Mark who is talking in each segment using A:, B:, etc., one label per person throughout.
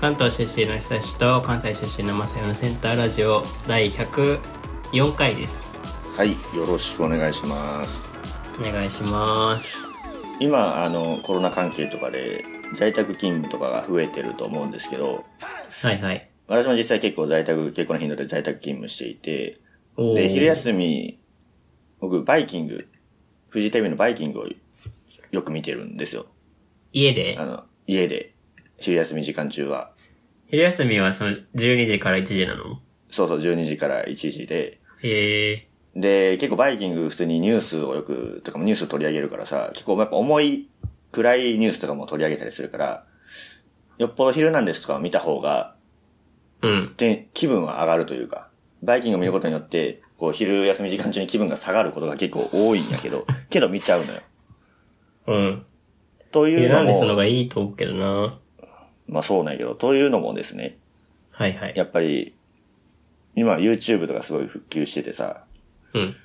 A: 関東出身の久志と関西出身の正山センターラジオ第104回です
B: はい、よろしくお願いします。
A: お願いします
B: 今あのコロナ関係とかで在宅勤務とかが増えてると思うんですけど、
A: はいはい
B: 私も実際結構在宅結構な頻度で在宅勤務していて、
A: お
B: で
A: ー
B: 昼休み僕バイキングフジテレビのバイキングをよく見てるんですよ。
A: 家で
B: あの家で昼休み時間中は
A: 昼休みはその12時から1時なの
B: そうそう12時から1時で。
A: へえ
B: で、結構バイキング普通にニュースをよく、とかもニュース取り上げるからさ、結構やっぱ重い、暗いニュースとかも取り上げたりするから、よっぽど昼なんですとかを見た方が、
A: うん
B: で、気分は上がるというか、バイキングを見ることによって、こう、昼休み時間中に気分が下がることが結構多いんやけど、 けど見ちゃうのよ。
A: うん
B: と
A: い
B: いう
A: や
B: の
A: なんでその
B: も、
A: がいいと思うけどな
B: まあそうなんやけど、というのもですね、
A: はいはい
B: やっぱり、今 YouTube とかすごい復旧しててさ、
A: うん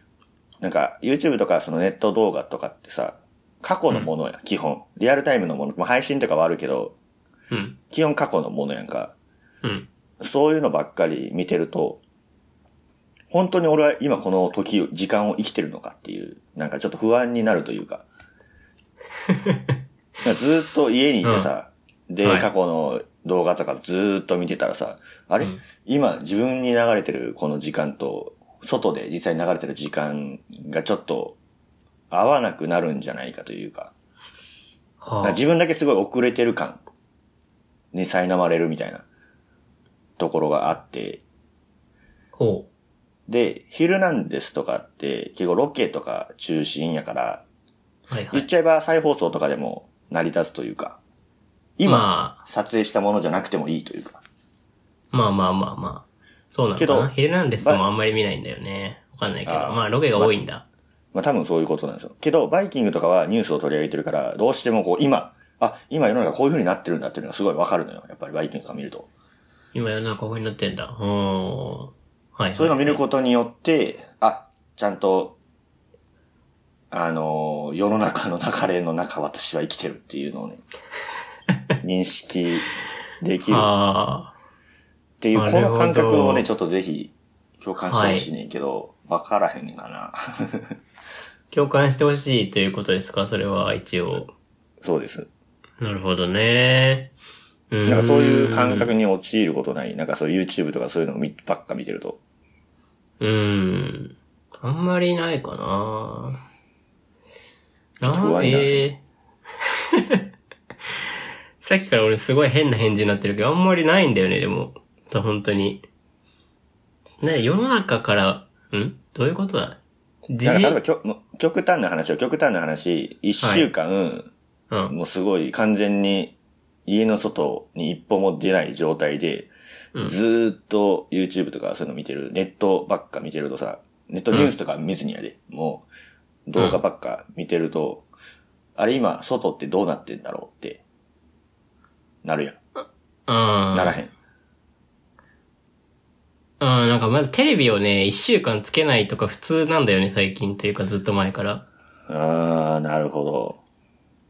B: なんか、YouTube とかそのネット動画とかってさ、過去のものや、基本。リアルタイムのもの。まあ、配信とかはあるけど、
A: うん
B: 基本過去のものやんか。
A: うん
B: そういうのばっかり見てると、本当に俺は今この時を、時間を生きてるのかっていう、なんかちょっと不安になるとい うか。なんかずーっと家にいてさ、で、
A: はい
B: 過去の動画とかずーっと見てたらさ、あれ、
A: うん
B: 今自分に流れてるこの時間と、外で実際に流れてる時間がちょっと合わなくなるんじゃないかというか、
A: はあ
B: 自分だけすごい遅れてる感に苛まれるみたいなところがあって、
A: ほ
B: で、昼なんですとかって、結構ロケとか中心やから、
A: うはいは
B: 言っ
A: い
B: ちゃえば再放送とかでも成り立つというか、今、
A: ま
B: 撮影したものじゃなくてもいいというか、
A: あまあまあまあまあそうなの
B: け
A: か
B: ど
A: なヒルナンデスもあんまり見ないんだよねわかんないけど
B: あー
A: まあロケが多いんだ、
B: まあ多分そういうことなんですよ。けど、バイキングとかはニュースを取り上げてるから、どうしてもこう今、あ、今世の中こういう風になってるんだっていうのがすごいわかるのよ。やっぱりバイキングとか見ると。
A: 今世の中こういう風になってんだ。うーん。はい、はい。
B: そういうのを見ることによって、あ、ちゃんと、あのー、世の中の流れの中私は生きてるっていう のをね、認識できるっ
A: あ
B: ていう、
A: なる
B: こ
A: ほど
B: の感覚をね、ちょっとぜひ共感してほしいねんけど、わ、から へんかな。
A: ー共感してほしいということですかそれは一応。
B: そうです。
A: なるほどね。う
B: なんかそういう感
A: 感覚
B: 覚に陥ることない。なんかそういう YouTube とかそういうのを見ばっか見てると。
A: うーん。あんまりないかな
B: ょっと不
A: な
B: 安になる
A: えー さっきから俺すごい変な返事になってるけど、あんまりないんだよね、でも。と本当に。ね、世の中から、んどういうことだ時
B: だから例えば
A: 事
B: きょもう極端な話を、極端な話、一週間、
A: うん。
B: もうすごい完全に家の外に一歩も出ない状態で、
A: うん
B: ずーっと YouTube とかそういうの見てる、ネットばっか見てるとさ、ネットニュースとか見ずにやで、もう動画ばっか見てると、あれ今外ってどうなってんだろうって、なるや
A: あ
B: ん。
A: あ
B: ならへん。
A: うん、なんかまずテレビをね、一週間つけないとか普通なんだよね、最近というかずっと前から。
B: あー、なるほど。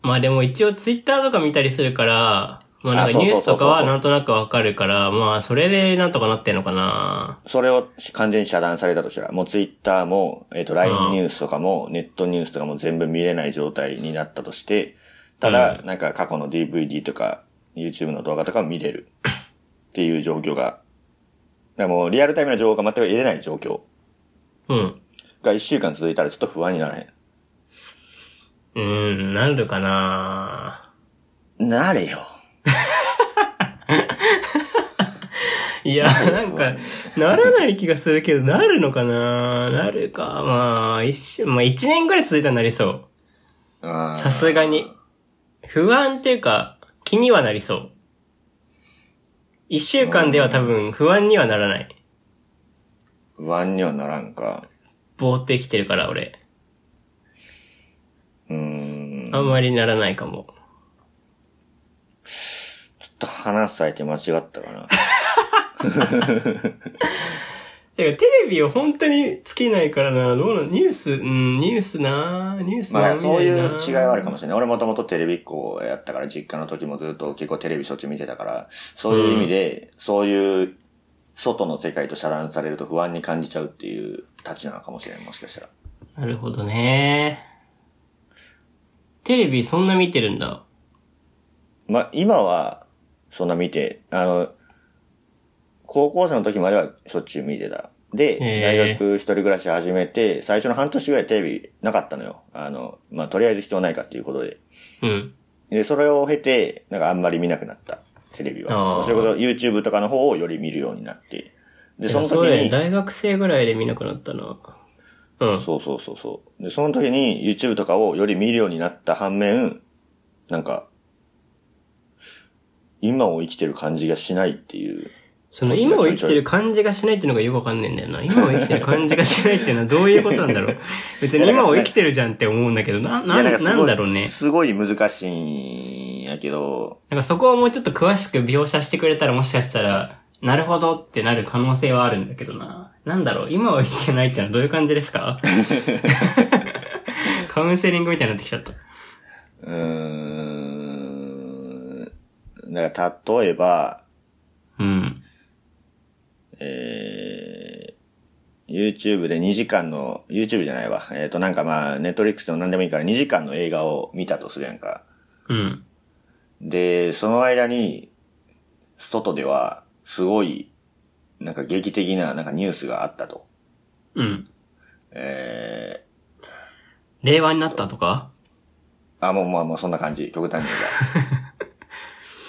A: まあでも一応ツイッターとか見たりするから、まあなん
B: あ
A: か
B: そう
A: ニュ
B: そうそうそう
A: ースとかはなんとなくわかるから、まあそれでなんとかなってんのかな
B: それを完全に遮断されたとしたら、もう Twitter も、えっ、と、LINE ニュースとかも、ネットニュースとかも全部見れない状態になったとして、ただ、なんか過去の DVD とか、YouTube の動画とかを見れる。っていう状況が。でも、リアルタイムの情報が全く得れない状況
A: うん。
B: が1週間続いたらちょっと不安にならへ。
A: うん、なるかなん
B: なれよ。
A: い や、なんか、ならない気がするけど、なるのかななるか。まあ、一週、まあ一年ぐらい続いたらなりそう。さ
B: さ
A: すがに。。不安っていうか、気にはなりそう。一週間では多分不安にはならない。
B: 不安にはならんか。
A: ぼーっと生きてるから俺。
B: うーん。
A: あんまりならないかも。
B: ちょっと話されて間違ったかな。
A: だからテレビを本当につけないからな、どうなんニュース、うん、ニュースなニュースな
B: まあ、そうい
A: 見な
B: う違いはあるかもしれない。俺もともとテレビっ子やったから、実家の時もずっと結構テレビしょっちゅう見てたから、そういう意味で、そういう外の世界と遮断されると不安に感じちゃうっていうたちなのかもしれない、もしかしたら。
A: なるほどね。テレビそんな見てるんだ。
B: まあ、今は、そんな見て、あの、高校生の時まではしょっちゅう見てた。で、
A: へー
B: 大学一人暮らし始めて、最初の半年ぐらいテレビなかったのよ。あの、まあ、とりあえず必要ないかっていうことで。
A: うん。
B: で、それを経て、なんかあんまり見なくなった、テレビ
A: あ
B: は。
A: ー
B: それこそ YouTube とかの方をより見るようになって。で、その時
A: そうだよね。
B: に、
A: 大学生ぐらいで見なくなったな。うん。
B: そうそうそうそう。で、その時に YouTube とかをより見るようになった反面、なんか、今を生きてる感じがしないっていう。
A: その今を生きてる感じがしないっていうのがよくわかんないんだよな。今を生きてる感じがしないっていうのはどういうことなんだろ う。別に今を生きてるじゃんって思うんだけど、な、な、
B: い
A: な
B: やかすごい
A: んだろうね。
B: すごい難しいんやけど、
A: なんかそこをもうちょっと詳しく描写してくれたらもしかしたら、なるほどってなる可能性はあるんだけどな。なんだろう、今は生きてないってのはどういう感じです かカウンセリングみたいになってきちゃった。
B: うーん。だから、例えば、
A: うん。
B: えー、YouTube で2時間の、YouTube じゃないわ。えっ、と、なんかまあ、Netflix でも何でもいいから2時間の映画を見たとするやんか。
A: うん。
B: で、その間に、外では、すごい、なんか劇的な、なんかニュースがあったと。
A: うん。
B: え
A: 令和になったとか
B: ー、あ、もうまあもうそんな感じ。極端に言えば。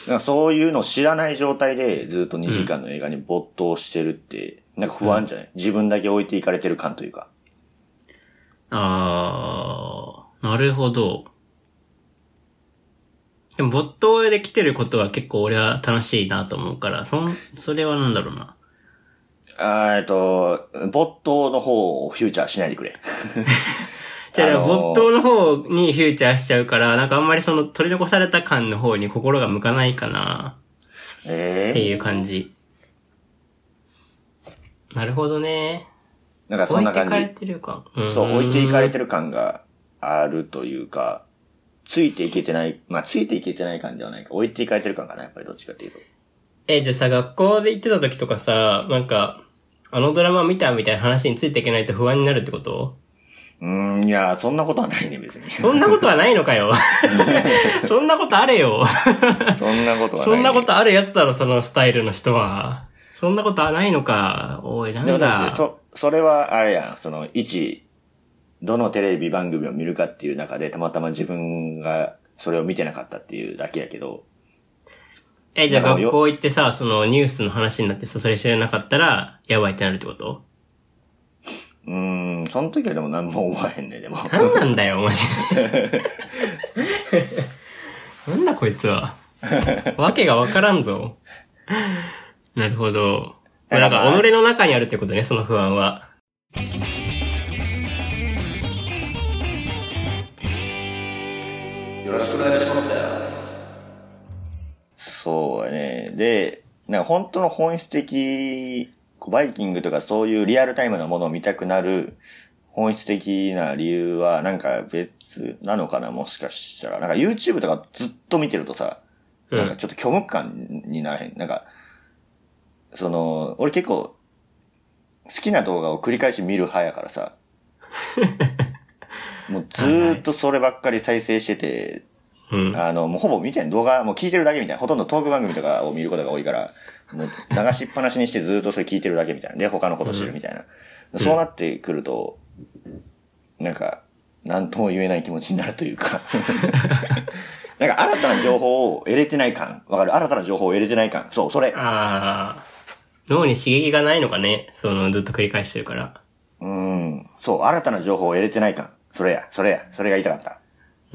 B: なんかそういうのを知らない状態でずっと2時間の映画に没頭してるって、なんか不安じゃない、自分だけ置いていかれてる感というか。
A: あー、なるほど。でも没頭できてることは結構俺は楽しいなと思うから、そん、それはなんだろうな。
B: あーえっと、没頭の方をフューチャーしないでくれ。
A: じゃ
B: あ
A: あ、
B: のー
A: 没頭の方にフューチャーしちゃうから、なんかあんまりその取り残された感の方に心が向かないかな
B: え
A: って
B: え
A: いう感じ。なるほどね。
B: なんかそ
A: 置
B: ん
A: い
B: な
A: て
B: 感
A: かれ
B: じ。
A: てるか。
B: そう、置いていかれ
A: て
B: てる感があるというか、ついていけてない、まあ、ついていけてない感ではないか、置いていかれてる感かな、やっぱりどっちかっていうと。
A: え、じゃあさ、学校で行ってた時とかさ、なんか、あのドラマ見たみたいな話についていけないと不安になるってこと
B: うーん、いや、そんなことはないね、別に。
A: そんなことはないのか よ。そんなことあれよ。
B: そんなことはない、
A: そんなことあるやつだろ、そのスタイルの人は。そんなことはないのか。おい、なん
B: でもだ
A: だ
B: って、。そ、それはあれやん、その、一、どのテレビ番組を見るかっていう中で、たまたま自分がそれを見てなかったっていうだけやけど、
A: え、じゃあ
B: なるほど
A: 学校行ってさ、そのニュースの話になってさ、それ知らなかったら、やばいってなるってこと
B: うーん、その時はでも何も思わへんね、でも。
A: なんなんだよ、マジで。 なんだこいつは。わけがわからんぞ。なるほど。まあなんか、己の中にあるってことね、その不安は。
B: よろしくお願いします。そうやね。で、なんか本当の本質的、こうバイキングとかそういうリアルタイムなものを見たくなる本質的な理由はなんか別なのかなもしかしたら。なんか YouTube とかずっと見てるとさ、
A: うん
B: なんかちょっと虚無感にならへん。なんか、その、俺結構好きな動画を繰り返し見る派やか らさ、もうずーっとそればっかり再生してて、
A: うん。
B: あの、もうほぼ見てない動画、もう聞いてるだけみたいな。ほとんどトーク番組とかを見ることが多いから、もう流しっぱなしにしてずっとそれ聞いてるだけみたいな。で、他のこと知るみたいな。そうなってくると、なんか、なんとも言えない気持ちになるとい うか。なんか新たな情報を得れてない感。わかる新たな情報を得れてない感。そう、それ。
A: あー。脳に刺激がないのかね、その、ずっと繰り返してるから。
B: うん。そう、新たな情報を得れてない感。それや、それや、それが言いたかった。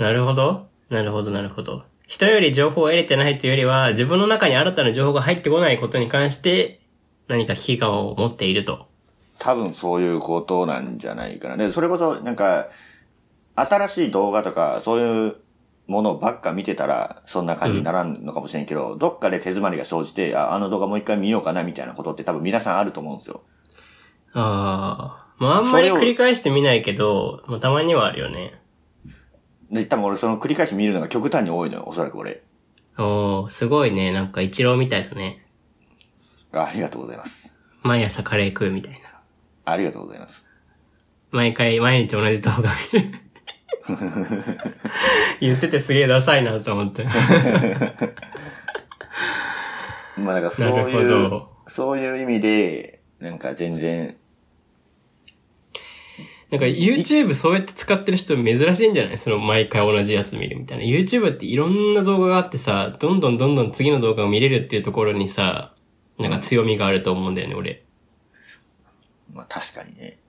A: なるほど。なるほど、なるほど。人より情報を得れてないというよりは、自分の中に新たな情報が入ってこないことに関して、何か危機感を持っていると。
B: 多分そういうことなんじゃないかな。で、それこそ、なんか、新しい動画とか、そういうものばっか見てたら、そんな感じにならんのかもしれんけど、どっかで手詰まりが生じて、あ、あの動画もう一回見ようかな、みたいなことって多分皆さんあると思うんですよ。
A: ああ。まああんまり繰り返して見ないけど、まあたまにはあるよね。
B: で、多分俺その繰り返し見るのが極端に多いのよ、おそらく俺。
A: おー、すごいね。なんか一郎みたいだね。
B: あありがとうございます。
A: 毎朝カレー食うみたいな。
B: ありがとうございます。
A: 毎回、毎日同じ動画見る。言っててすげえダサいなと思って。
B: まあなんかそう
A: なる
B: い
A: ほ
B: う
A: ど、
B: そういう意味で、なんか全然、
A: なんか YouTube そうやって使ってる人珍しいんじゃないその毎回同じやつ見るみたいな。YouTube っていろんな動画があってさ、どんどんどんどん次の動画を見れるっていうところにさ、なんか強みがあると思うんだよね、俺。
B: まあ確かにね。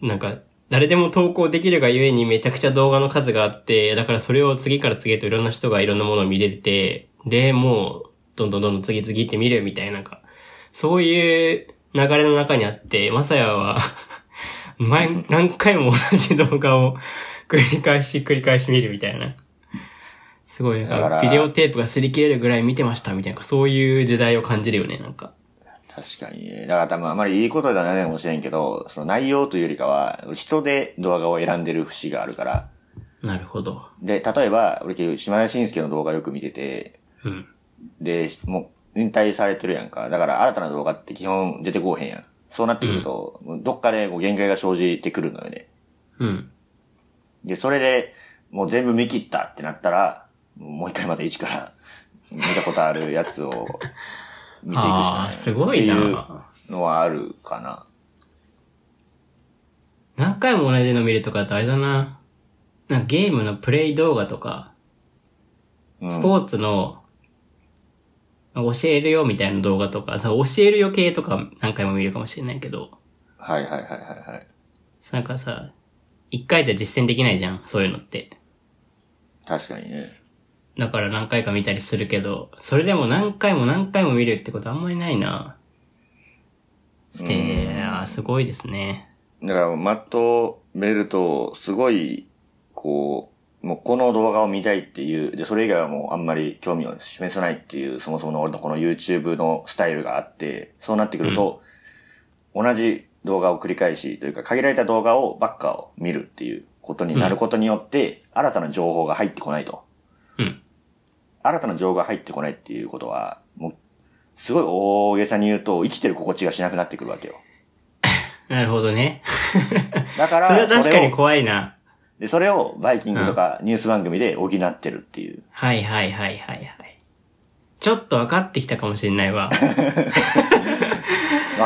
A: なんか、誰でも投稿できるがゆえにめちゃくちゃ動画の数があって、だからそれを次から次へといろんな人がいろんなものを見れて、で、もう、どんどんどんどん次々って見るみたいな、なんか、そういう流れの中にあって、まさやは、 前、何回も同じ動画を繰り返し繰り返し見るみたいな。すごい、なん
B: だか
A: からビデオテープが擦り切れるぐらい見てましたみたいな、そういう時代を感じるよね、なんか。
B: 確かにね。だから多分あまりいいことではないかもしれんけど、その内容というよりかは、人で動画を選んでる節があるから。
A: なるほど。
B: で、例えば、俺結構島田紳介の動画よく見てて、
A: うん。
B: で、もう引退されてるやんか。だから新たな動画って基本出てこうへんやん。そうなってくると、もうどっかでこう限界が生じてくるのよね。
A: うん。
B: で、それでもう全部見切ったってなったら、もう一回また一から見たことあるやつを見ていくしか
A: あ
B: ない。
A: ーすごいな
B: っていうのはあるかな。
A: 何回も同じの見るとかだとあれだな。なんかゲームのプレイ動画とか、
B: うん
A: スポーツの、教えるよみたいな動画とか、さ教えるよ系とか何回も見るかもしれないけど、
B: はいはいはいはいはい。
A: そうなんかさ、一回じゃ実践できないじゃん、そういうのって。
B: 確かにね。
A: だから何回か見たりするけど、それでも何回も何回も見るってことあんまりないな。で、あーすごいですね。
B: だから、マットメルと、すごい、こう、もうこの動画を見たいっていう、で、それ以外はもうあんまり興味を示さないっていう、そもそもの俺のこの YouTube のスタイルがあって、そうなってくると、同じ動画を繰り返し、というか限られた動画をばっかを見るっていうことになることによって、新たな情報が入ってこないと。
A: うん。
B: 新たな情報が入ってこないっていうことは、もう、すごい大げさに言うと、生きてる心地がしなくなってくるわけよ。
A: なるほどね。
B: だから、
A: それは確か
B: それ
A: に
B: を
A: 怖いな。
B: で、それをバイキングとかニュース番組で補ってるっていう。
A: はいはいはいはいはい。ちょっと分かってきたかもしれないわ。
B: 分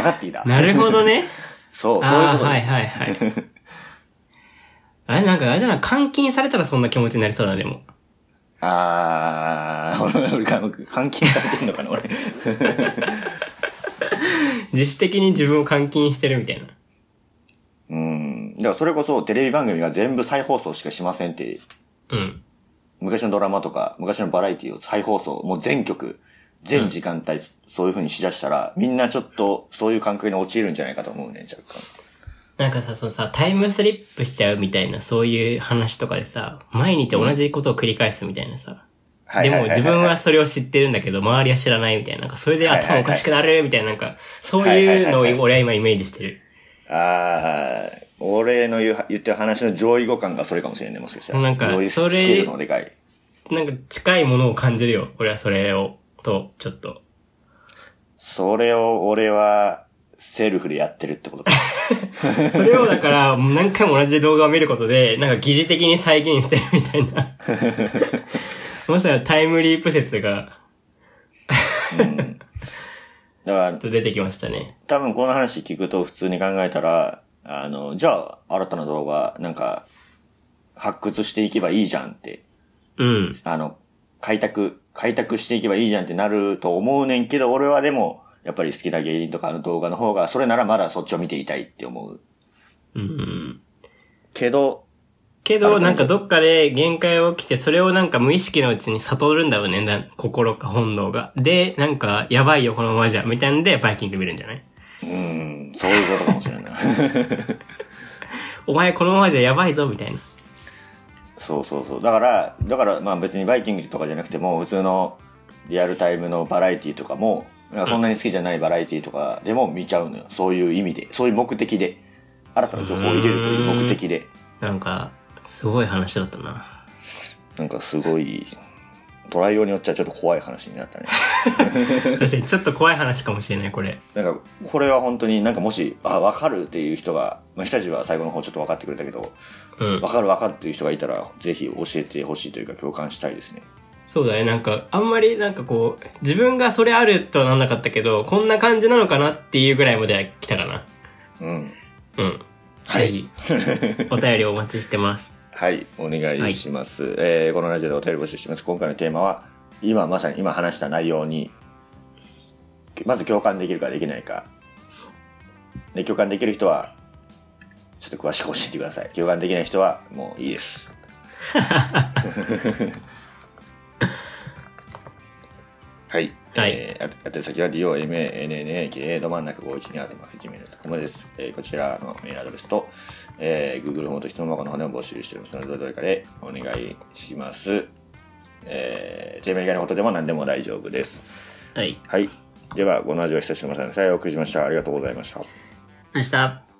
B: かっていた。
A: なるほどね。
B: そう、そういう
A: あ
B: こ
A: あー、
B: と
A: は
B: で
A: い
B: す。
A: はいはい。あれなんか、あれだな、監禁されたらそんな気持ちになりそうだね、でも。
B: あー、俺、監禁されてんのかな、俺。
A: 自主的に自分を監禁してるみたいな。
B: うん。だからそれこそテレビ番組が全部再放送しかしませんって、
A: うん。
B: 昔のドラマとか、昔のバラエティを再放送、もう全曲、全時間帯、そういう風にしだしたら、みんなちょっとそういう感覚に陥るんじゃないかと思うね、若干。
A: なんかさ、そのさ、タイムスリップしちゃうみたいな、そういう話とかでさ、毎日同じことを繰り返すみたいなさ。
B: はい
A: で
B: はい
A: も
B: はいい
A: 自分はそれを知ってるんだけど、周りは知らないみたいな。なんかそれで頭おかしくなるみたいな、なんか、そういうのを俺は今イメージしてる。
B: あー、俺の言う言ってる話の上位互換がそれかもしれない、もしかしたら。
A: なんか
B: よりス
A: それ
B: ケールのでかい。
A: なんか近いものを感じるよ。俺はそれを、と、ちょっと。
B: それを俺はセルフでやってるってことか。
A: それをだから、何回も同じ動画を見ることで、なんか疑似的に再現してるみたい な。まさにタイムリープ説が、
B: だ
A: ちょ
B: か
A: っ
B: ら
A: と出てきましたね。
B: 多分この話聞くと普通に考えたら、あの、じゃあ新たな動画なんか発掘していけばいいじゃんって、
A: うん。
B: あの、開拓、開拓していけばいいじゃんってなると思うねんけど、俺はでもやっぱり好きな芸人とかの動画の方が、それならまだそっちを見ていたいって思う。
A: うん。
B: けど、
A: けど、なんかどっかで限界をきて、それをなんか無意識のうちに悟るんだろうね。な心か本能が。で、なんか、やばいよ、このままじゃ。みたいなんで、バイキング見るんじゃない
B: うん、そういうことかもしれない。
A: お前、このままじゃやばいぞ、みたいな。
B: そうそうそうだからだからまあ別にバイキングとかじゃなくても普通のリアルタイムのバラエティとかもなんかそんなに好きじゃないバラエティとかでも見ちゃうのよ。そういう意味で、そういう目的で、新たな情報を入れるという目的で、
A: なんか、すごい話だったな。
B: なんかすごい、捉えようによっちゃちょっと怖い話になったね。
A: 確かにちょっと怖い話かもしれない、これ。
B: なんか、これは本当になんかもし、あ、わかるっていう人が、まあ、ひたじは最後の方ちょっと分かってくれたけど、
A: うん
B: わ。かるわかるっていう人がいたら、ぜひ教えてほしいというか共感したいですね。
A: そうだね、なんか、あんまりなんかこう、自分がそれあるとはなんなかったけど、こんな感じなのかなっていうぐらいまでは来たかな。
B: うん。
A: うん。
B: はい
A: ぜひ、お便りお待ちしてます。
B: はい、お願いします。えーこのラジオでお便り募集してます。今回のテーマは、今まさに今話した内容に、まず共感できるかできないか。で、共感できる人は、ちょっと詳しく教えてください。共感できない人は、もうい いです。はい。
A: はい
B: えー、あ宛先は DOMANNAKA ど真ん中512アドマーク Gmail.com です、えーこちらのメールアドレスと、えー Google フォームと質問箱の方でも募集しておりますので、どれどれかでお願いします。えー、テーマ以外のことでも何でも大丈夫です。
A: はい。
B: はい。では、ごの味を久しぶりません。さようお送りしました。ありがとうございました。
A: 明日。